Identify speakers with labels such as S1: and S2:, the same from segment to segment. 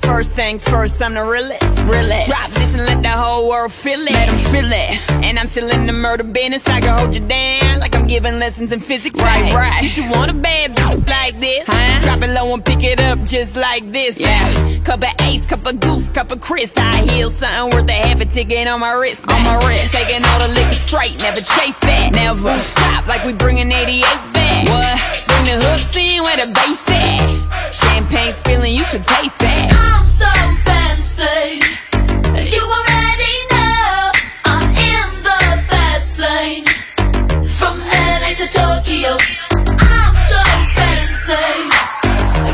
S1: First things first, I'm the realest. realest. Drop this and let the whole world feel it. Let 'em feel it. And I'm still in the murder business. I can hold you down like I'm giving lessons in physics. Right, right. You should want a bad b- like this. Huh? Drop it low and pick it up just like this. Yeah. Cup of ace, cup of goose, cup of Chris. I heal something worth a half a ticket on my wrist. On my wrist. Taking all the liquor straight. Never chase that. Never. Top like we bringing 88 back. What? Bring the hooks in where the bass at. Champagne spilling, you should taste that.
S2: I'm so fancy. You already know I'm in the fast lane. From LA to Tokyo, I'm so fancy.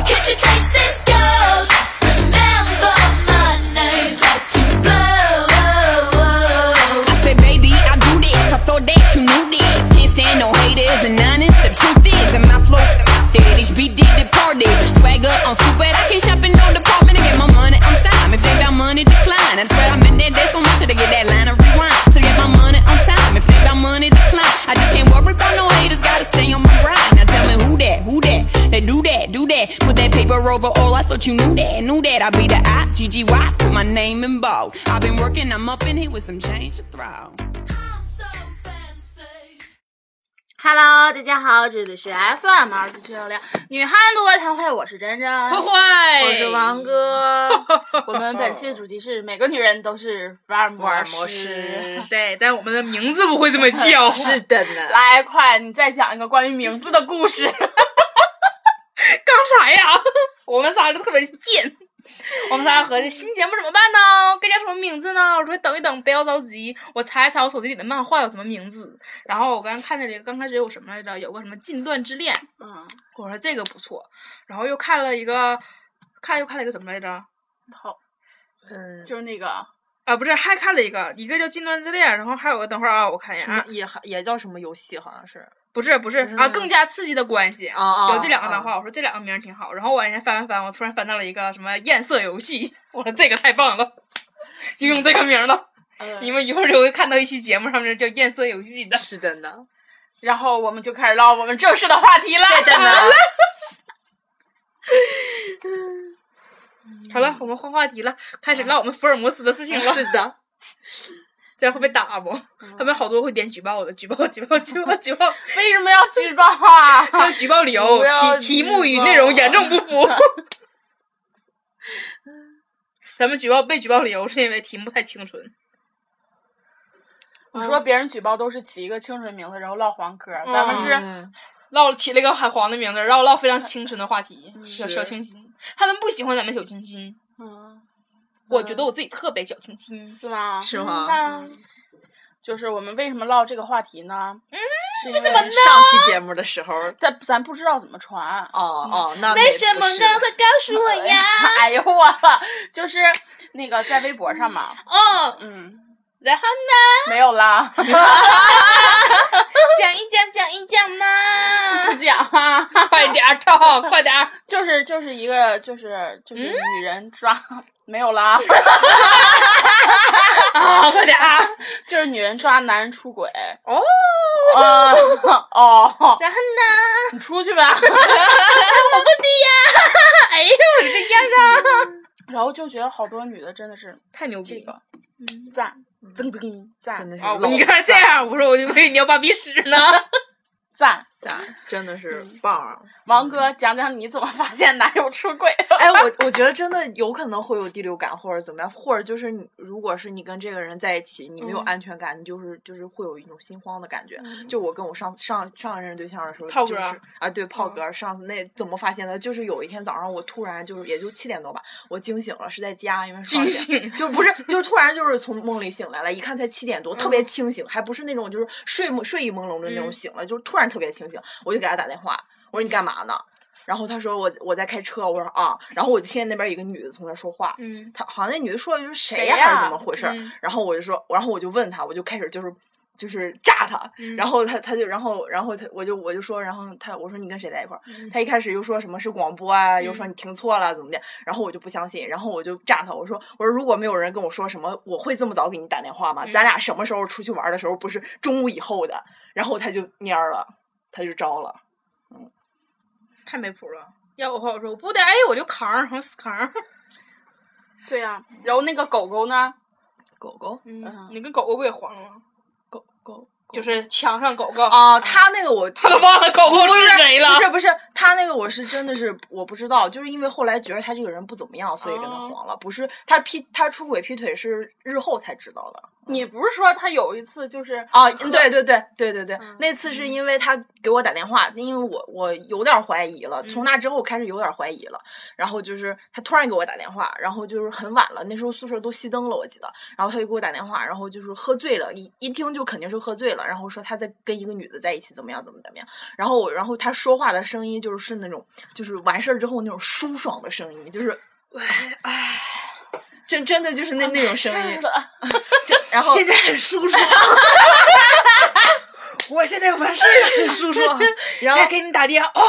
S2: Can't you taste this girl? Remember my name, let you oh, blow.
S1: I said, baby, I do this. I thought that you knew this. Can't stand no haters and honest. The truth is, in my flow, that HB did departed. Swagger on super, I can't shop in no department and get my money on time. If they about money, decline. I swear I've been there, there's so much to get that line of rewind. To get my money on time. If they about money, decline. I just can't worry about no haters, gotta stay on my grind. Now tell me who that, who that? They do that, do that. Put that paper over all, I thought you knew that, knew that. I be the I, GGY, put my name in bold. I've been working, I'm up in here with some change to throw.
S2: I'm so fancy.
S3: Hello，大家好，这里是 FM 二四七六六女汉子座谈会，我是珍珍，
S4: 坏坏，
S3: 我是王 哥。我们本期的主题是每个女人都是福尔
S4: 福尔摩
S3: 摩
S4: 斯。 对，但我们的名字不会这么叫。 是的呢。
S3: 来，快，你再讲一个关于名 字的故 事。
S4: 刚才呀，我们仨就特别贱。我们仨合计新节目怎么办呢？该叫什么名字呢？我说等一等，不要着急，我查一查我手机里的漫画有什么名字。然后我刚看见了一个，刚开始有什么来着？有个什么《禁断之恋》，
S3: 嗯，
S4: 我说这个不错。然后又看了一个，看又看了一个什么来着？
S3: 好，
S4: 嗯，
S3: 就是那个
S4: 啊，不是，还看了一个，一个叫《禁断之恋》，然后还有个，等会儿啊，我看一眼啊，
S5: 也也叫什么游戏，好像是。
S4: 不是不是
S5: 不是
S4: 啊，
S5: 那个
S4: 更加刺激的关系
S5: 啊啊
S4: 有这两个漫
S5: 啊
S4: 画，我说这两个名儿挺好。然后我往前翻翻翻，我突然翻到了一个什么艳色游戏，我说这个太棒了， 就用这个名儿了。
S3: 呃
S4: 你们一会儿就会看到一期节目上面叫艳色游戏的。
S5: 嗯是的呢。
S3: 然后我们就开始唠我们正式的话题了。
S5: 对的呢。
S4: 好了，我们换话题了，开始唠我们福尔摩斯的事情了。
S5: 嗯是的。 嗯
S4: 这样会被打不？他们好多会点举报的，举报举报举报举报，
S3: 为什么要举报 啊？
S5: 嗯
S4: 像举报理由
S3: 不要
S4: 题题
S3: 举
S4: 目与
S3: 报
S4: 内容严重不符。 咱们举报被举报理由是因为题目太清纯。
S3: 你说别人举报都是起一个清纯名字，然后唠黄嗑，咱们是
S5: 嗯。
S4: 唠起了一个很黄的名字，然后唠非常清纯的话题， 小
S5: 是
S4: 小清新。他们不喜欢咱们小清新，
S3: 嗯，
S4: 我觉得我自己特别小清新。
S3: 是吗？
S5: 是吗
S3: 那就是我们为什么唠这个话题呢？嗯，是因为
S5: 上期节目的时候，哦
S3: 但咱不知道怎么传。啊
S5: 哦，那
S4: 为什么呢？
S5: 呢？
S4: 快告诉我呀！
S3: 哎呦我了，就是那个在微博上嘛，
S4: 哦，
S3: 嗯，
S4: 然后呢？
S3: 没有啦，
S4: 啊讲一讲，讲一讲
S3: 不
S4: 嘛！
S3: 讲啊，
S4: 快点儿，操！快点 儿！嗯
S3: 就是就是一个就是就是女人抓，没有啦，
S4: 啊，快点儿！
S3: 就是女人抓男人出 轨，
S4: 哦，
S3: 啊哦，
S4: 然后呢？
S3: 你出去吧，
S4: 我不低呀！哎呦，你这样啊！
S3: 然后就觉得好多女的真的是
S4: 太牛
S3: 这
S4: 逼了！
S3: 个，嗯，赞，增增赞，
S5: 真的是
S4: 哦，
S5: 老
S4: 你刚才这样，我说我就以为你要把鼻屎呢。
S3: 赞。
S5: 赞，真
S4: 嗯
S5: 的是棒。
S3: 王哥，讲讲你怎么发现男友出轨的？
S5: 哎，我我觉得真的有可能会有第六感，或者怎么样，或者就是你，如果是你跟这个人在一起，你没有
S3: 嗯
S5: 安全感，你就是就是会有一种心慌的感觉。就我跟我上上上一任对象的时候，
S4: 炮
S5: 就
S4: 哥
S5: 是啊，对炮
S4: 嗯
S5: 哥，上次那怎么发现的？就是有一天早上，我突然就是也就七点多吧，我惊醒了，是在家，因为
S4: 惊
S5: 双减
S4: 醒
S5: 就不是，就是突然就是从梦里醒来了，一看才七点多，特别清醒，还不是那种就是睡梦睡意朦胧的那种
S4: 嗯
S5: 醒了，就是突然特别清醒。我就给他打电话，我说你干嘛呢？然后他说我我在开车，我说啊，然后我就听见那边有一个女的从那说话，
S4: 嗯，
S5: 她好像那女的说的就是
S3: 谁
S5: 谁呀、还
S3: 呀
S5: 是怎么回事儿？
S4: 嗯
S5: 然后我就说，然后我就问他，我就开始就是。就是炸他，
S4: 嗯
S5: 然后他他就然后然后他我就我就说，然后他我说你跟谁在一块儿？
S4: 嗯
S5: 他一开始又说什么是广播啊，又说你听错了怎么的，然后我就不相信，然后我就炸他，我说我说如果没有人跟我说什么，我会这么早给你打电话吗？咱俩什么时候出去玩的时候不是中午以后的？然后他就蔫儿了，他就招了。
S4: 太没谱了。要我话，我说我不得，哎，我就扛，我死扛。
S3: 对啊呀、然后那个狗狗呢？
S5: 狗狗，
S4: 呃
S3: 嗯，
S5: 嗯，
S3: 你跟狗狗不也黄了吗？
S5: 狗狗
S3: 就是抢上狗狗
S5: 啊，他那个我
S3: 他都忘了狗狗是谁了
S5: 不是不是，他那个我是真的是我不知道，就是因为后来觉得他这个人不怎么样，所以跟他
S3: 哦
S5: 黄了。不是他劈他出轨劈腿是日后才知道的。
S3: 你不是说他有一次就是
S5: 啊，对对对对对对，
S4: 嗯
S5: 那次是因为他给我打电话，因为我我有点怀疑了，
S4: 嗯
S5: 从那之后开始有点怀疑了。然后就是他突然给我打电话，然后就是很晚了，那时候宿舍都熄灯了，我记得。然后他就给我打电话，然后就是喝醉了，一一听就肯定是喝醉了，然后说他在跟一个女的在一起，怎么样怎么怎么样。然后我，然后他说话的声音就是是那种就是完事儿之后那种舒爽的声音，就是， 真真的就是那那种声音。真然后
S4: 啊现在很舒爽。 我现在完事儿很 舒爽，
S5: 然后
S4: 再给你打电话，哦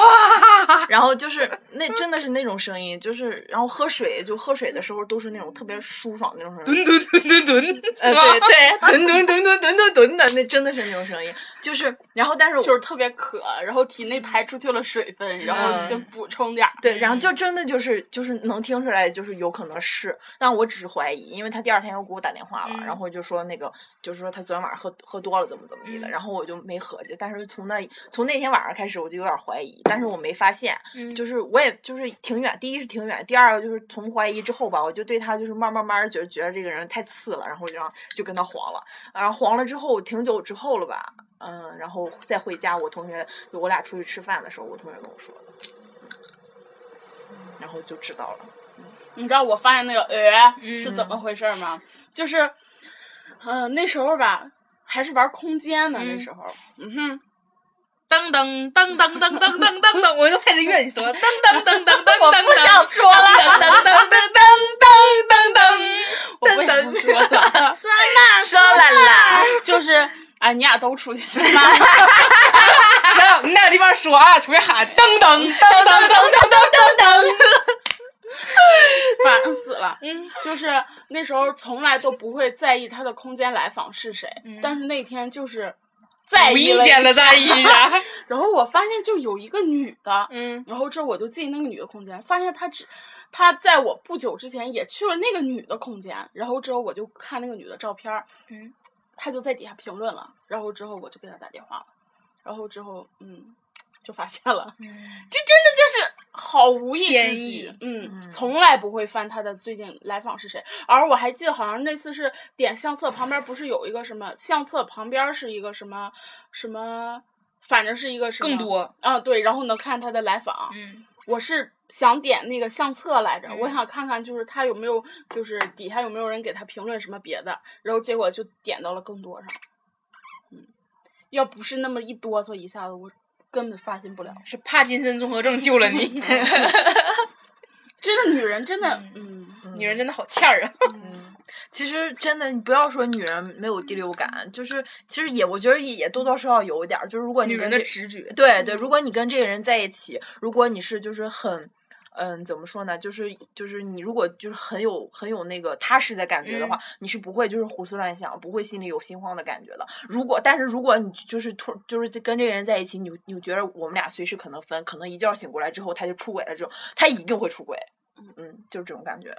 S4: 哇、
S5: 然后就是那真的是那种声音，就是然后喝水就喝水的时候都是那种特别舒爽的那种声音，
S4: 吨吨吨吨
S5: 呃对对， 吨吨吨吨吨吨吨的，那真的是那种声音，就是然后但是我
S3: 就是特别渴，然后体内排出去了水分，然后你就补充点儿。
S5: 对，然后就真的就是就是能听出来，就是有可能是，但我只是怀疑，因为他第二天又给我打电话了，
S3: 嗯
S5: 然后就说那个就是说他昨天晚上喝喝多了，怎么怎么地的，
S3: 嗯
S5: 然后我就没合计，但是从那从那天晚上开始我就有点怀疑，但是我没发现，
S3: 嗯
S5: 就是我也就是挺远，第一是挺远，第二个就是从怀疑之后吧，我就对他就是慢慢慢觉得觉得这个人太次了，然后我就让就跟他黄了，然后黄了之后挺久之后了吧，嗯，然后再回家，我同学就我俩出去吃饭的时候，我同学跟我说的。然后就知道了。
S3: 你知道我发现那个呃
S5: 嗯
S3: 是怎么回事吗？就是，呃，那时候吧，还是玩空间呢，那时候，嗯哼。
S4: 噔噔噔噔噔噔噔噔噔，我就配着乐你说，噔噔噔噔噔噔噔，
S3: 我不想说了
S4: 噔噔噔噔噔噔噔噔。
S3: 我不想说了，
S4: 说啦说啦啦，
S3: 就是哎，你俩都出去行吗？
S4: 行，你那个地方说啊，出去喊噔噔噔噔噔噔噔噔噔。
S3: 烦死了。嗯，就是那时候从来都不会在意他的空间来访是谁，但是那天就是在
S4: 无
S3: 意
S4: 意
S3: 了
S4: 间
S3: 一
S4: 的
S3: 下
S4: 在意一下，
S3: 然后我发现就有一个女的，
S4: 嗯，
S3: 然后之后我就进那个女的空间，发现她只她在我不久之前也去了那个女的空间，然后之后我就看那个女的照片，
S4: 嗯，
S3: 她就在底下评论了，然后之后我就给她打电话了，然后之后嗯。就发现了，这真的就是好无意之
S4: 嗯天
S3: 举
S4: 意，
S3: 嗯，从来不会翻她的最近来访是谁，而我还记得，好像那次是点相册旁边不是有一个什么相册旁边是一个什么什么，反正是一个什么
S4: 更多
S3: 啊对，然后能看他的来访。
S4: 嗯，
S3: 我是想点那个相册来着，我想看看就是他有没有就是底下有没有人给他评论什么别的，然后结果就点到了更多上。嗯，要不是那么一哆嗦一下子，我根本发现不了。
S4: 是帕金森综合症救了你，
S3: 真的，女人真的，嗯，
S4: 女人真的好欠儿啊！
S5: 嗯其实真的，你不要说女人没有第六感，就是其实也我觉得也多多少少有一点儿。就是如果你
S4: 女人
S5: 跟
S4: 的
S5: 这
S4: 直觉，
S5: 对对，如果你跟这个人在一起，如果你是就是很。嗯，怎么说呢？就是就是你如果就是很有很有那个踏实的感觉的话，你是不会就是胡思乱想，不会心里有心慌的感觉的。如果但是如果你就是突就是跟这个人在一起，你你觉得我们俩随时可能分，可能一觉醒过来之后他就出轨了之后，他一定会出轨。嗯，就是这种感觉。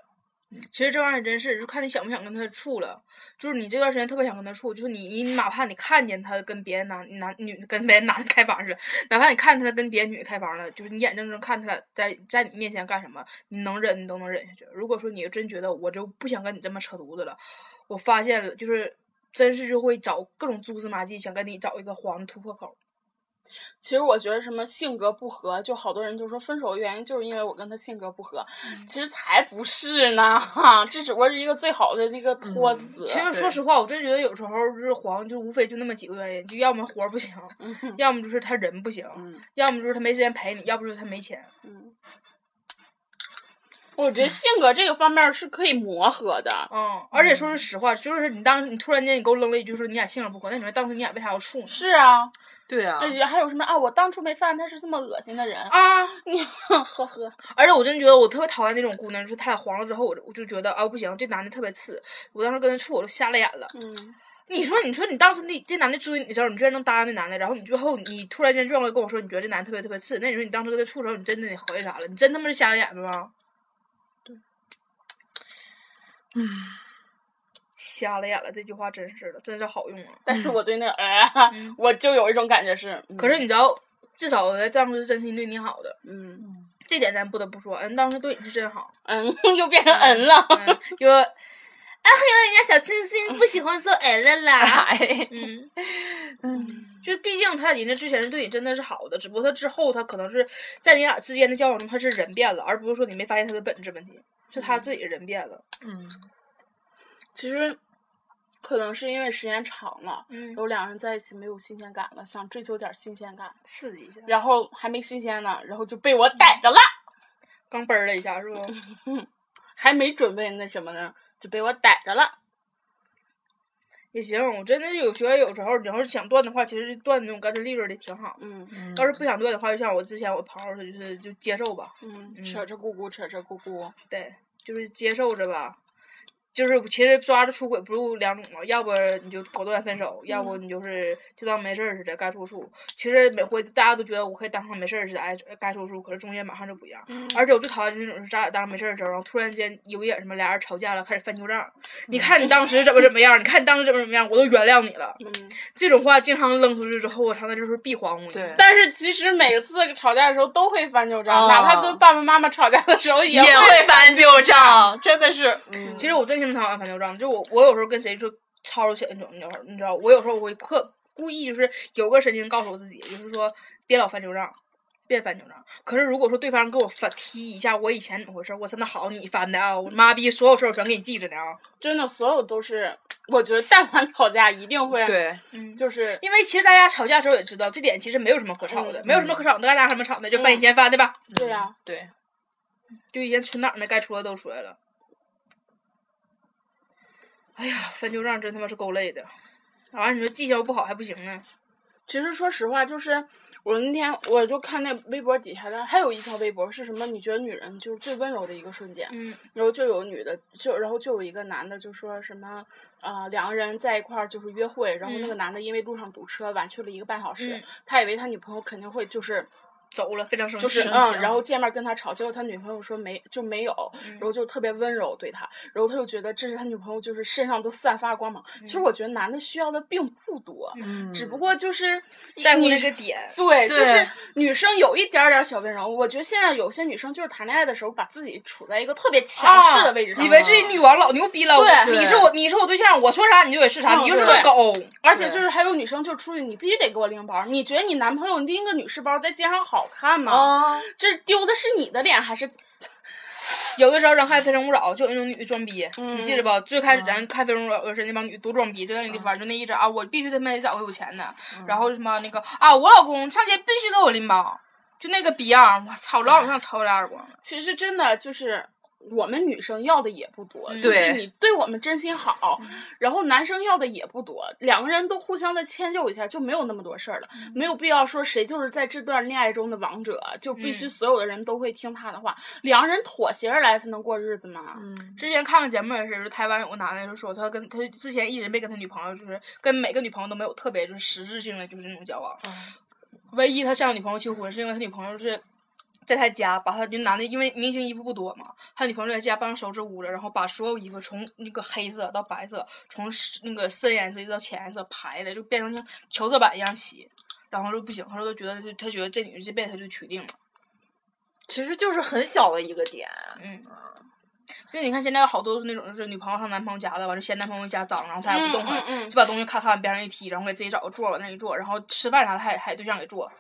S4: 其实这玩意儿真是，就看你想不想跟他处了。就是你这段时间特别想跟他处，就是你你哪怕你看见他跟别的男男女跟别的男的开房似的，哪怕你看见他跟别的女的开房了，就是你眼睁睁看他俩在在你面前干什么，你能忍你都能忍下去。如果说你真觉得我就不想跟你这么扯犊子了，我发现了就是真是就会找各种蛛丝马迹，想跟你找一个黄的突破口。
S3: 其实我觉得什么性格不合，就好多人就说分手的原因就是因为我跟他性格不合，
S4: 嗯
S3: 其实才不是呢，哈，这只不过是一个最好的那个托词。
S4: 嗯其实说实话，我真觉得有时候就是黄，就无非就那么几个原因，就要么活儿不行，要么就是他人不行，
S3: 嗯
S4: 要么就是他没时间陪你，要不就是他没钱。
S3: 我觉得性格这个方面是可以磨合的。
S4: 嗯，而且说是实话，就是你当时你突然间你给我扔了一句说你俩性格不合，那你说当时你俩为啥要处呢？
S3: 是啊，
S5: 对啊
S3: 那还有什么啊？我当初没发现他是这么恶心的人，
S4: 啊！
S3: 你呵呵，
S4: 而且我真觉得我特别讨厌那种姑娘，就是她俩黄了之后，我就我就觉得啊不行，这男的特别次。我当时跟他处，我都瞎了眼了。
S3: 嗯，
S4: 你说，你说你当时那这男的追你的时候，你居然能搭上那男的，然后你最后你突然间转过来跟我说你觉得这男的特别特别次，那你说你当时跟他处的时候，你真的你合计啥了？你真他妈是瞎了眼子吗？瞎了眼了，这句话真是的，真是好用啊！
S3: 但是我对 那个，哎，我就有一种感觉是，
S4: 嗯可是你知道，至少我觉得丈夫是真心对你好的，
S3: 嗯
S4: 这点咱不得不说，嗯，当时对你是真好。
S3: 嗯， 又变成嗯了，
S4: 嗯， 有，啊，还有人家小清新不喜欢说 L 了啦。
S5: 哎，
S4: 嗯，
S5: 嗯
S4: 就毕竟他人家之前是对你真的是好的，只不过他之后他可能是在你俩之间的交往中他是人变了，而不是说你没发现他的本质问题，是他自己人变了。
S5: 嗯，
S3: 其实可能是因为时间长了，
S4: 嗯
S3: 然，后两人在一起没有新鲜感了，想追求点新鲜感，
S4: 刺激一下，
S3: 然后还没新鲜呢，然后就被我逮着了，
S4: 刚嘣儿了一下是不？
S5: 嗯
S3: 还没准备那什么呢，就被我逮着了。
S4: 也行，我真的是有觉得有时候你要是想断的话，其实断那种干脆利落的挺好。
S3: 嗯
S4: 要是不想断的话，就像我之前我朋友说，就是就接受吧，
S3: 嗯，扯扯咕咕，扯扯咕咕，
S4: 对，就是接受着吧。就是其实抓着出轨不就两种嘛，要不你就果断分手，要不你就是就当没事儿似的该处处。其实每回大家都觉得我可以当成没事儿似的，哎该处处，可是中间马上就不一样。而且我最讨厌那种是咱俩当没事儿的时候，然后突然间有一点什么俩人吵架了，开始翻旧账。你看你当时怎么怎么样，你看你当时怎么怎么样，我都原谅你了。
S3: 嗯。
S4: 这种话经常扔出去之后，我常常就是必荒我。
S5: 对
S3: 但是其实每次吵架的时候都会翻旧账，
S5: 哦
S3: 哪怕跟爸爸妈妈吵架的时候也
S5: 也会翻旧账，真的是，嗯，
S4: 其实我真挺讨厌翻旧账，就我我有时候跟谁就吵吵起来那种，你知道你知道，我有时候我会刻故意就是有个神经告诉我自己，就是说别老翻旧账。别翻旧账。可是如果说对方给我翻提一下我以前怎么回事，我真的好你翻的啊！我妈逼所有事儿我全给你记着呢啊！
S3: 真的所有都是，我觉得但凡吵架一定会，
S5: 对，
S3: 就是
S4: 因为其实大家吵架的时候也知道，这点其实没有什么可吵的，没有什么可吵的，该拿什么吵的就翻以前翻的吧，
S3: 对呀、
S5: 对，
S4: 就以前存档的该出的都出来了。哎呀，翻旧账真他妈是够累的，完、了你说绩效不好还不行呢。
S3: 其实说实话，就是我那天我就看那微博底下的，还有一条微博是什么？你觉得女人就是最温柔的一个瞬间？
S4: 嗯，
S3: 然后就有女的，就然后就有一个男的就说什么，呃，两个人在一块儿就是约会，然后那个男的因为路上堵车晚去了一个半小时，
S4: 嗯
S3: 他以为他女朋友肯定会就是
S4: 走了，非常生气。
S3: 就是
S4: 嗯
S3: 嗯，然后见面跟他吵，结果他女朋友说没就没有，然
S4: 嗯
S3: 后就特别温柔对他，然后他就觉得这是他女朋友就是身上都散发光芒。其
S4: 嗯
S3: 实我觉得男的需要的并不多，
S5: 嗯
S3: 只不过就是
S4: 在乎
S3: 女
S4: 那个点，
S3: 对，就是
S5: 对
S3: 女生有一点点小温柔。我觉得现在有些女生就是谈恋爱的时候，把自己处在一个特别强势的位置上，
S4: 啊以为自己女王老牛逼了。
S3: 对
S4: 我
S3: 对
S4: 你是我，你是我对象，我说啥你就得是啥，
S3: 嗯
S4: 你就是
S3: 对
S4: 个狗。
S3: 而且就是还有女生就出去，你必须得给我拎包。你觉得你男朋友拎个女士包在街上好看吗？
S5: 啊，
S3: 这丢的是你的脸还是
S4: 有的时候咱看《非诚勿扰》，就有那种女的装逼，
S3: 嗯
S4: 你记着吧？最开始咱看《非诚勿扰》的时候，那帮女的多装逼，就在那地方，就那意思啊，我必须他妈得找个有钱的，然后什么那个啊，我老公上街必须给我拎包，就那个逼样，我操，老想抽俩耳光了。
S3: 其实真的就是我们女生要的也不多，
S4: 嗯
S3: 就是
S5: 对
S3: 你对我们真心好，然后男生要的也不多，两个人都互相的迁就一下，就没有那么多事儿了，没有必要说谁就是在这段恋爱中的王者，就必须
S4: 嗯
S3: 所有的人都会听他的话，两个人妥协着来才能过日子
S5: 嗯
S3: 嘛。
S4: 之前看个节目也是，就台湾有个男的就说他跟他之前一直没跟他女朋友，就是跟每个女朋友都没有特别就是实质性的就是那种交往。唯一他向女朋友求婚，是因为他女朋友是。在他家，把他就男的，因为明星衣服不多嘛，他女朋友在家帮他收拾屋子，然后把所有衣服从那个黑色到白色，从是那个深颜色一直到浅颜色排的，就变成像调色板一样齐。然后说不行，他说他觉得就他觉得这女的这辈子他就娶定了。
S5: 其实就是很小的一个点，
S4: 嗯，就你看现在有好多是那种就是女朋友上男朋友家的，完就嫌男朋友家脏，然后他也不动弹，
S3: 嗯嗯嗯
S4: 就把东西咔咔往边上一踢，然后给自己找个座儿往那一坐，然后吃饭啥的还还对象给做。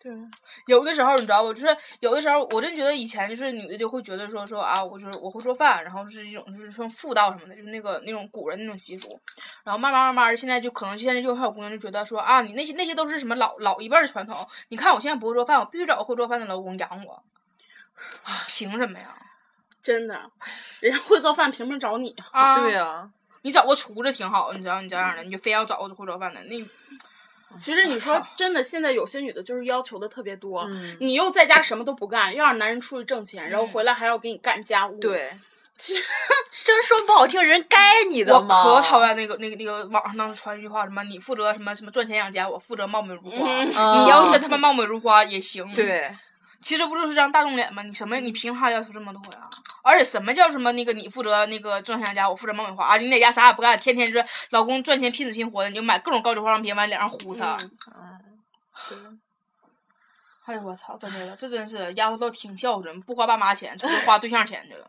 S3: 对，啊
S4: 有的时候你知道不？就是有的时候我真觉得以前就是女的就会觉得说说啊，我就是我会做饭，然后是一种就是像妇道什么的，就是那个那种古人那种习俗。然后慢慢慢慢，现在就可能现在就还有姑娘就觉得说啊，你那些那些都是什么老老一辈儿的传统，你看我现在不会做饭，我必须找个会做饭的老公养我，啊凭什么呀？
S3: 真的，人家会做饭凭什么找你？
S4: 啊，
S5: 对呀，
S4: 你找个厨子挺好，你知道你这样的，你就非要找个会做饭的，那
S3: 其实你说
S4: 操
S3: 真的，现在有些女的就是要求的特别多，
S5: 嗯
S3: 你又在家什么都不干，要让男人出去挣钱，然后
S4: 嗯
S3: 回来还要给你干家务，
S5: 对，其实真说不好听，人该你的
S4: 我
S5: 嘛，
S4: 可讨厌那个那个那个网上当时传一句话，什么你负责什么什么赚钱养家，我负责貌美如花。
S3: 嗯
S5: 啊
S4: 你要真他妈貌美如花也行，，
S5: 对，
S4: 其实不就是张大众脸吗？你什么？你凭啥要求这么多呀？而且什么叫什么那个你负责那个郑小家，我负责孟美华，啊你在家啥也不干，天天就是老公赚钱拼死拼活的，你就买各种高级化妆品往脸
S6: 嗯
S4: 上糊它。哎呦我操！真的了，这真是丫头倒挺孝顺，不花爸妈钱，就是花对象钱去了。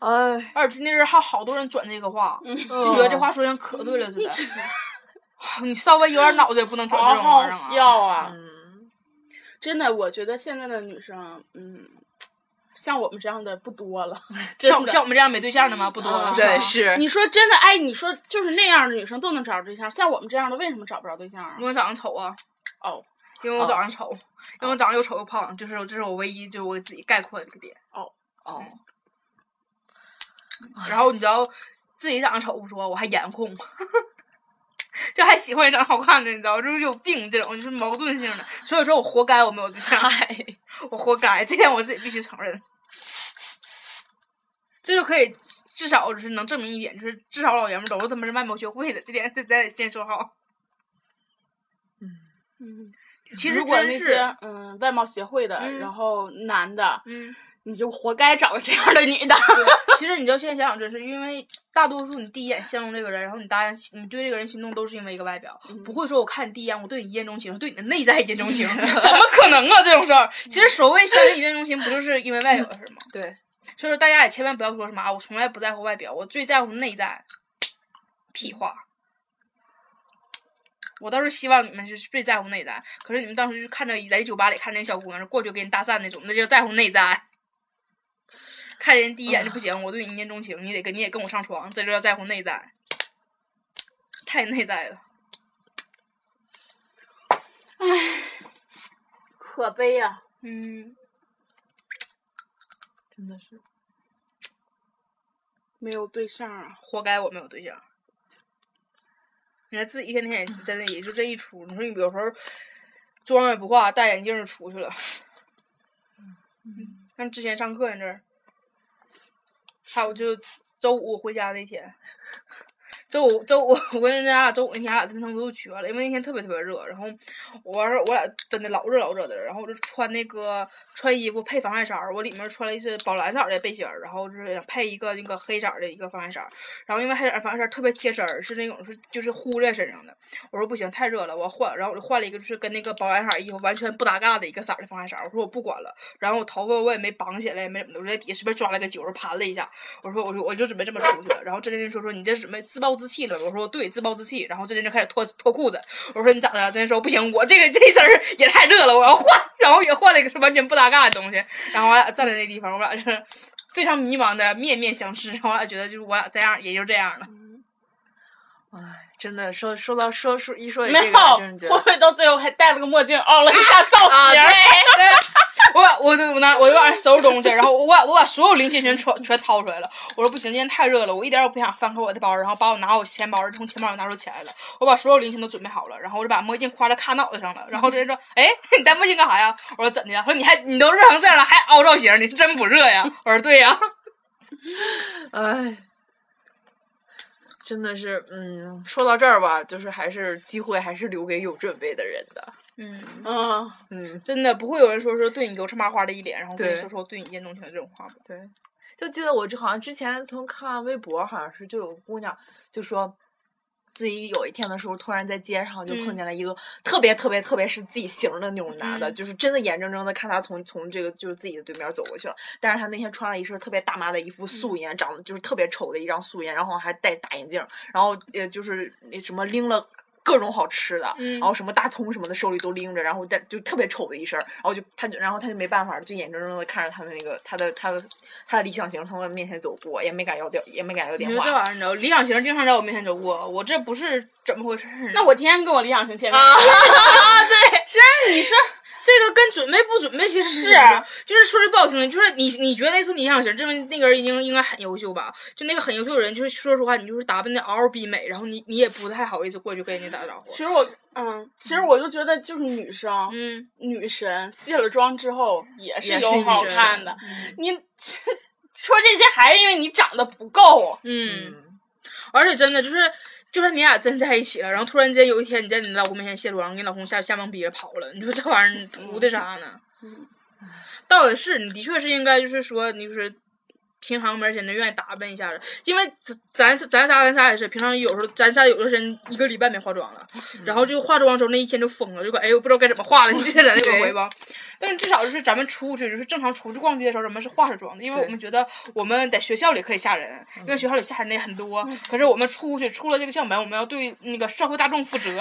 S5: 哎，
S4: 而且那阵儿还好多人转这个话，
S6: 嗯
S4: 就觉得这话说像可对了似的。 你稍微有点脑子也不能转这
S6: 嗯好
S4: 种
S6: 好
S4: 玩意儿啊！
S6: 笑啊！
S5: 嗯，
S6: 真的，我觉得现在的女生，嗯，像我们这样的不多 了，
S4: 像
S6: 真
S4: 我像
S6: 的。嗯
S4: 我们这样没对象的吗？不多了。
S5: 对，是，
S6: 你说真的，哎，你说就是那样的女生都能找着对象，像我们这样的为什么找不着对象啊
S4: 因？为我长得丑啊。
S6: 哦。
S4: 因为我长得丑，因为我长得又丑又胖，就是这是我唯一就是我自己概括的一个点。
S6: 哦
S4: 哦。然后你知道自己长得丑不说，我还颜控， 就还喜欢长得好看的，你知道，就是有病这种，就是矛盾性的。所以说我活该我没有对象，我活该，这点我自己必须承认。这就可以至少就是能证明一点，就是至少老爷们儿都他妈是外貌协会的，这点这咱得先说好。
S6: 嗯，
S4: 其实
S6: 如果
S4: 真
S6: 那
S4: 是，
S6: 些嗯外貌协会的，
S4: 嗯
S6: 然后男的，
S4: 嗯，
S6: 你就活该找个这样的女的。
S4: 其实你就现在想想，真是因为大多数你第一眼相中这个人，然后你答应你对这个人心动，都是因为一个外表，
S6: 嗯
S4: 不会说我看你第一眼我对你一见钟情，是对你的内在一见 钟情，怎么可能啊这种事儿？其
S6: 嗯
S4: 实所谓相信一见钟情，不就是因为外表的事儿吗？对，所以说大家也千万不要说什么啊，我从来不在乎外表，我最在乎内在，屁话。我倒是希望你们是最在乎内在，可是你们当时就是看着在酒吧里看那小姑娘过去给你搭讪那种，那就在乎内在。看人第一眼就不行，我对你一见钟情，你得跟你也跟我上床，这就要在乎内在，太内在了。
S6: 可悲呀、
S4: 嗯，
S5: 真的是，
S6: 没有对象啊！
S4: 活该我没有对象。你看自己一天天在那里就这一出，你说你有时候妆也不化，戴眼镜就出去了。嗯， 像之前上课那阵儿，还有就周五回家那天，周五周五我跟人家周五那天俺俩真他妈都绝了，因为那天特别特别热，然后我完事儿我俩真的老热老热的了，然后我就穿那个穿衣服配防晒衫儿，我里面穿了一身宝蓝色儿的背心儿，然后就是想配一个那个黑色儿的一个防晒衫儿，然后因为黑色儿防晒衫儿特别贴身儿，是那种是就是呼在身上的，我说不行太热了，我要换，然后我就换了一个就是跟那个宝蓝色儿衣服完全不搭嘎的一个色儿的防晒衫儿，我说我不管了，然后我头发我也没绑起来，也没怎么的，我在底下随便抓了个揪儿盘了一下，我说我就我就准备这么出去了，然后真真说说你这准备自暴自弃了吧，我说对自暴自弃，然后真真就开始脱脱裤子，我说你咋的了？真真说不行，我这个这身儿也太热了，我要换，然后也换了一个是完全不搭嘎的东西，然后我俩站在那地方，我俩是非常迷茫的面面相视，然后我俩觉得就是我俩这样也就这样了，
S5: 哎，真的说说到说说一说起
S6: 没
S5: 这
S6: 有，
S5: 个，真的觉
S6: 会不
S5: 得
S6: 会到最后还戴了个墨镜，凹了一下造
S4: 啊
S6: 型？
S4: 我把我就我拿我就往上收拾东西，然后我把我把所有零钱全穿全掏出来了。我说不行，今天太热了，我一点也不想翻开我的包，然后把我拿我钱包从钱包里拿出钱来了。我把所有零钱都准备好了，然后我就把墨镜挎在卡脑袋上了。然后这人说：“哎， 你戴墨镜干啥呀？”我说：“怎的呀？”他说：“你还你都热成这样了，还凹造型，你是真不热呀？”我说：“对呀。
S5: 哎，真的是，嗯，说到这儿吧，就是还是机会还是留给有准备的人的，”
S4: 嗯，
S6: 嗯，
S5: 嗯，
S4: 真的不会有人说说对你油腔麻花的一脸，然后跟你
S5: 对
S4: 说说我对你一见钟情这种话吧。
S5: 对。就记得我这好像之前从看微博，好像是就有个姑娘就说。自己有一天的时候，突然在街上就
S4: 嗯
S5: 碰见了一个特别特别特别是自己型儿的那种男的，就是真的眼睁睁的看他从从这个就是自己的对面走过去了。但是他那天穿了一身特别大妈的一副
S4: 嗯
S5: 素颜，长得就是特别丑的一张素颜，然后还戴大眼镜儿，然后呃就是那什么拎了。各种好吃的，
S4: 嗯
S5: 然后什么大葱什么的手里都拎着，然后但就特别丑的一身儿，然后就他就然后他就没办法，就眼睁睁的看着他的那个他的他的他的理想型从我面前走过，也没敢要电也没敢要
S4: 你
S5: 电
S4: 说这
S5: 话，
S4: 玩意儿，你知道理想型经常在我面前走过，我这不是怎么回事儿呢？
S6: 那我天天跟我理想型见面，
S4: 啊你说这个跟准备不准备其实是，啊 就是说句不好听的，就是你你觉得那是理想型，证明那个人已经应该很优秀吧？就那个很优秀的人，就是说实话，你就是打扮的嗷嗷逼美，然后你你也不太好意思过去跟人家打招呼
S6: 其。实我，嗯，其实我就觉得就是女生，
S4: 嗯，
S6: 女神卸了妆之后也是
S5: 也
S6: 有
S5: 是
S6: 好
S5: 女神
S6: 看的。
S7: 嗯
S6: 你
S3: 嗯
S6: 说这些还是因为你长得不够。
S4: 嗯嗯，而且真的就是就算你俩真在一起了，然后突然间有一天你在你老公面前卸妆，然后给你老公吓吓懵逼了跑了，你说这玩意儿图的啥呢？倒也是，你的确是应该就是说，你就是平常没事儿，愿意打扮一下子，因为咱咱咱仨咱仨也是，平常有时候咱仨有的时间一个礼拜没化妆了，然后就化妆之后那一天就疯了，就管哎呦不知道该怎么化了，你记得咱那个回吧？但至少就是咱们出去就是正常出去逛街的时候，咱们是化着妆的，因为我们觉得我们在学校里可以吓人，因
S5: 嗯
S4: 为学校里吓人的也很多，可是我们出去出了这个校门，我们要对那个社会大众负 责，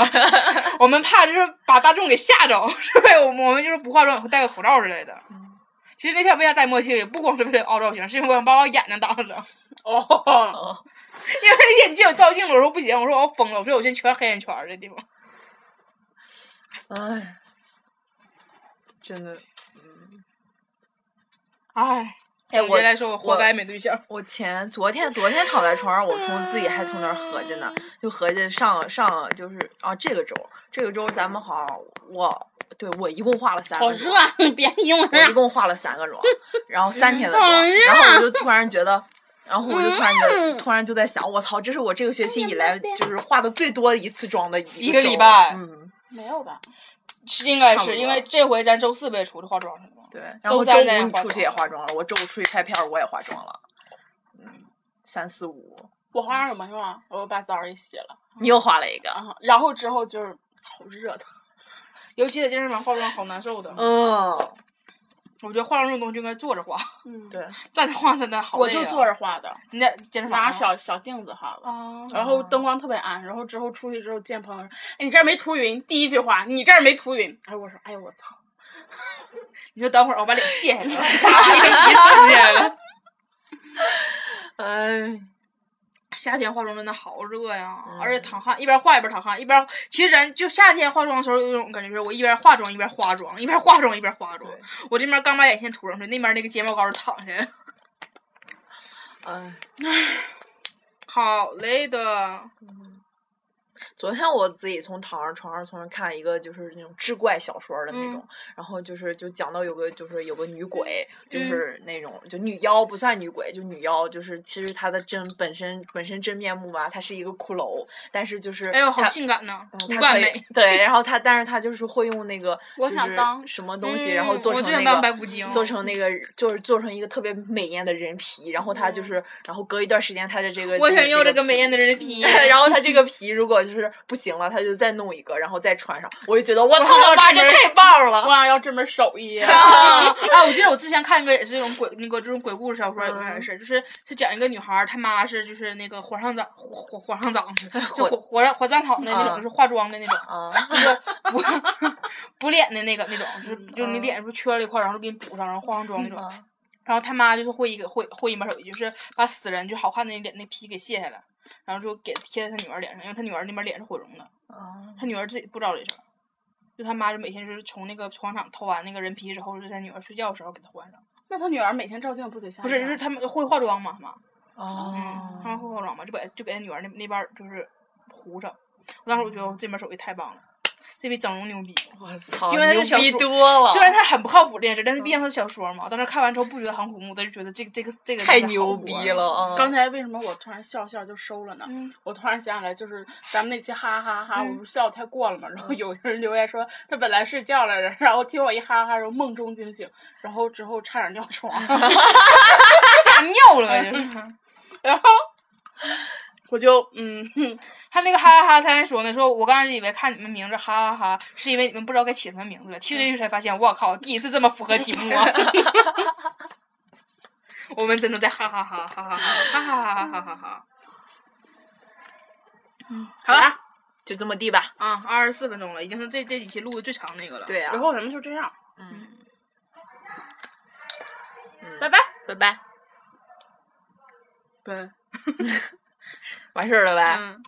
S4: 我们怕就是把大众给吓着， 是吧？我们我们就是不化妆也会戴个口罩之类的。
S5: 嗯
S4: 其实那天为啥戴墨镜，也不光是为了凹造型，是因为我想把我眼睛挡 上。哦， 因为眼镜有照镜子，我说不行，我说我要疯了，我说我现在全黑眼圈儿这地方。
S5: 哎，真的，
S4: 唉，
S5: 哎
S4: 总
S5: 我
S4: 结来说，我活
S5: 我
S4: 该没对象。
S5: 我前昨天昨天躺在床上，我从自己还从那儿合计呢，就合计上上就是啊这个周这个周咱们好像我对我一共化了三
S7: 好
S5: 个
S4: 啊
S5: 妆
S7: 热，，啊 别用
S5: 我一
S7: 上。
S5: 共化了三个 妆，然后三天的妆，
S7: 好热
S5: 然后我
S4: 啊
S5: 就突然觉得。然后我就突然觉
S4: 嗯
S5: 得，突然就在想，我操，这是我这个学期
S4: 哎
S5: 以来就是化的最多一次妆的一
S4: 一个
S5: 周
S4: 礼拜
S5: 嗯，
S6: 没有吧？
S4: 是应该
S5: 差不
S4: 是
S5: 多
S4: 因为这回咱周四不也出去化妆去了吗？
S5: 对。然
S4: 周
S5: 后周
S4: 三
S5: 五
S4: 咱也
S5: 你
S4: 化
S5: 出去
S4: 妆
S5: 也化妆了，我周五出去拍片儿我也化妆了，嗯，三四五，
S7: 我化妆有毛用啊？我把澡也洗了，
S5: 你又化了一个，
S7: 然后然后之后就是好热的。
S4: 尤其在健身房化妆好难受的，哦
S5: 嗯，
S4: 我觉得化妆这种东西就应该坐着化，
S7: 嗯，
S5: 对，
S4: 站着化真的好
S7: 我
S4: 累
S7: 就
S4: 啊
S7: 坐着化的，
S4: 你在健身房啊
S7: 拿
S4: 吗
S7: 小小镜子化的。
S4: 啊，
S7: 然后灯光特别暗，然后之后出去之后见朋友说：“哎，你这儿没涂云。”第一句话，你这儿没涂云。哎，我说，哎，我操！
S4: 你就等会儿我把脸卸下来，啥也别卸下来。
S5: 哎，
S4: 夏天化妆真的好热呀，而
S5: 嗯
S4: 且淌汗，一边化一边淌汗，一边其实咱就夏天化妆的时候有一种感觉，是我一边化妆一边化妆，一边化妆一边化妆。我这边刚把眼线涂上去，那边那个睫毛膏就淌下来了。
S5: 嗯，
S4: 好累的，
S5: 昨天我自己从躺上床上从那看一个就是那种志怪小说的那
S4: 嗯
S5: 种，然后就是就讲到有个就是有个女鬼，
S4: 嗯
S5: 就是那种就女妖不算女鬼，就女妖就是其实她的真本身本身真面目吧，她是一个骷髅，但是就是
S4: 哎呦，好
S5: 她
S4: 性感呐，
S5: 嗯
S4: 骨
S5: 她
S4: 感
S5: 可以
S4: 美。
S5: 对，然后她但是她就是会用那个
S7: 我
S5: 就
S7: 想
S5: 是
S7: 当
S5: 什么东西，然后
S4: 嗯
S5: 做
S4: 我
S5: 成
S4: 就
S5: 那
S4: 想当
S5: 个
S4: 白骨精，
S5: 做成那个就是做成一个特别美艳的人皮，然后他就是，然后隔一段时间他的这个
S4: 嗯我想要
S5: 这
S4: 这个美艳
S5: 的
S4: 的嗯人皮。
S5: 然后他这个皮如果就是不行了，他就再弄一个，然后再穿上，我就觉得我操
S7: 要
S5: 我妈
S7: 这
S5: 这
S7: 门
S5: 太棒
S7: 我
S5: 了！
S7: 想要这门手 艺啊。
S4: 啊！啊，我记得我之前看一个也是这种鬼那个这种鬼故事小啊说，
S7: 嗯
S4: 应该是就是是讲一个女孩儿，她妈是就是那个火上长火火火上长子， 就
S5: 火
S4: 火火上火葬场的
S7: 嗯
S4: 那种，
S5: 啊
S4: 就是化妆的那种，
S5: 啊，
S4: 就是补补脸的那个那种，就是
S7: 嗯
S4: 就是你脸不是缺了一块儿，然后给你补上，然后化上妆那种。然后他妈就是会一个会会一门手艺，就是把死人就好看的脸那皮给卸下来，然后就给贴在他女儿脸上，因为他女儿那边脸是毁容的。
S5: 哦
S4: 他女儿自己不知道这事儿，就他妈就每天就是从那个广场偷完那个人皮之后，就在女儿睡觉的时候给她换上。
S7: 那他女儿每天照镜不得吓
S4: 不
S7: 人？
S4: 是，就是他们会化妆嘛，他妈，嗯，他
S5: 哎
S4: 们
S5: 哦，
S4: 会化妆嘛，就给就给他女儿那那边儿就是糊上。我当时我觉得我这门手艺太棒了，这比整容牛逼。
S5: 我操，
S4: 因为他是
S5: 牛
S4: 小
S5: 逼
S4: 说
S5: 多了，
S4: 虽然它很不靠谱这件事，但是
S5: 嗯
S4: 毕竟它是小说嘛。当时看完之后不觉得很恐怖，但是觉得这个这个这个
S5: 太
S4: 真的好
S5: 牛
S4: 火
S5: 逼了啊！
S7: 刚才为什么我突然笑笑就收了呢？
S4: 哦嗯
S7: 我突然想起来，就是咱们那期哈哈哈，
S4: 嗯
S7: 我不是笑得太过了嘛。然后有人留言说他本来睡觉来着，然后听我一哈哈，然后梦中惊醒，然后之后差点尿床。
S4: 吓尿了呗， 就是。
S7: 然后我就嗯，哼
S4: 他那个哈哈哈，他还说呢，说我刚开始以为看你们名字哈哈哈，是因为你们不知道该起什么名字了。听这句才发现，我靠，第一次这么符合题目啊！ 我们真的在哈哈哈哈哈哈哈哈哈哈哈哈。嗯，好了
S5: 就这么地吧，
S4: 啊，二十四分钟了，已经是这这几期录的最长那个了。
S5: 对啊嗯呀
S7: 然，后咱们就这样。
S4: 嗯
S5: 拜拜拜拜，
S4: 对，
S5: 完事儿了呗。
S4: 嗯。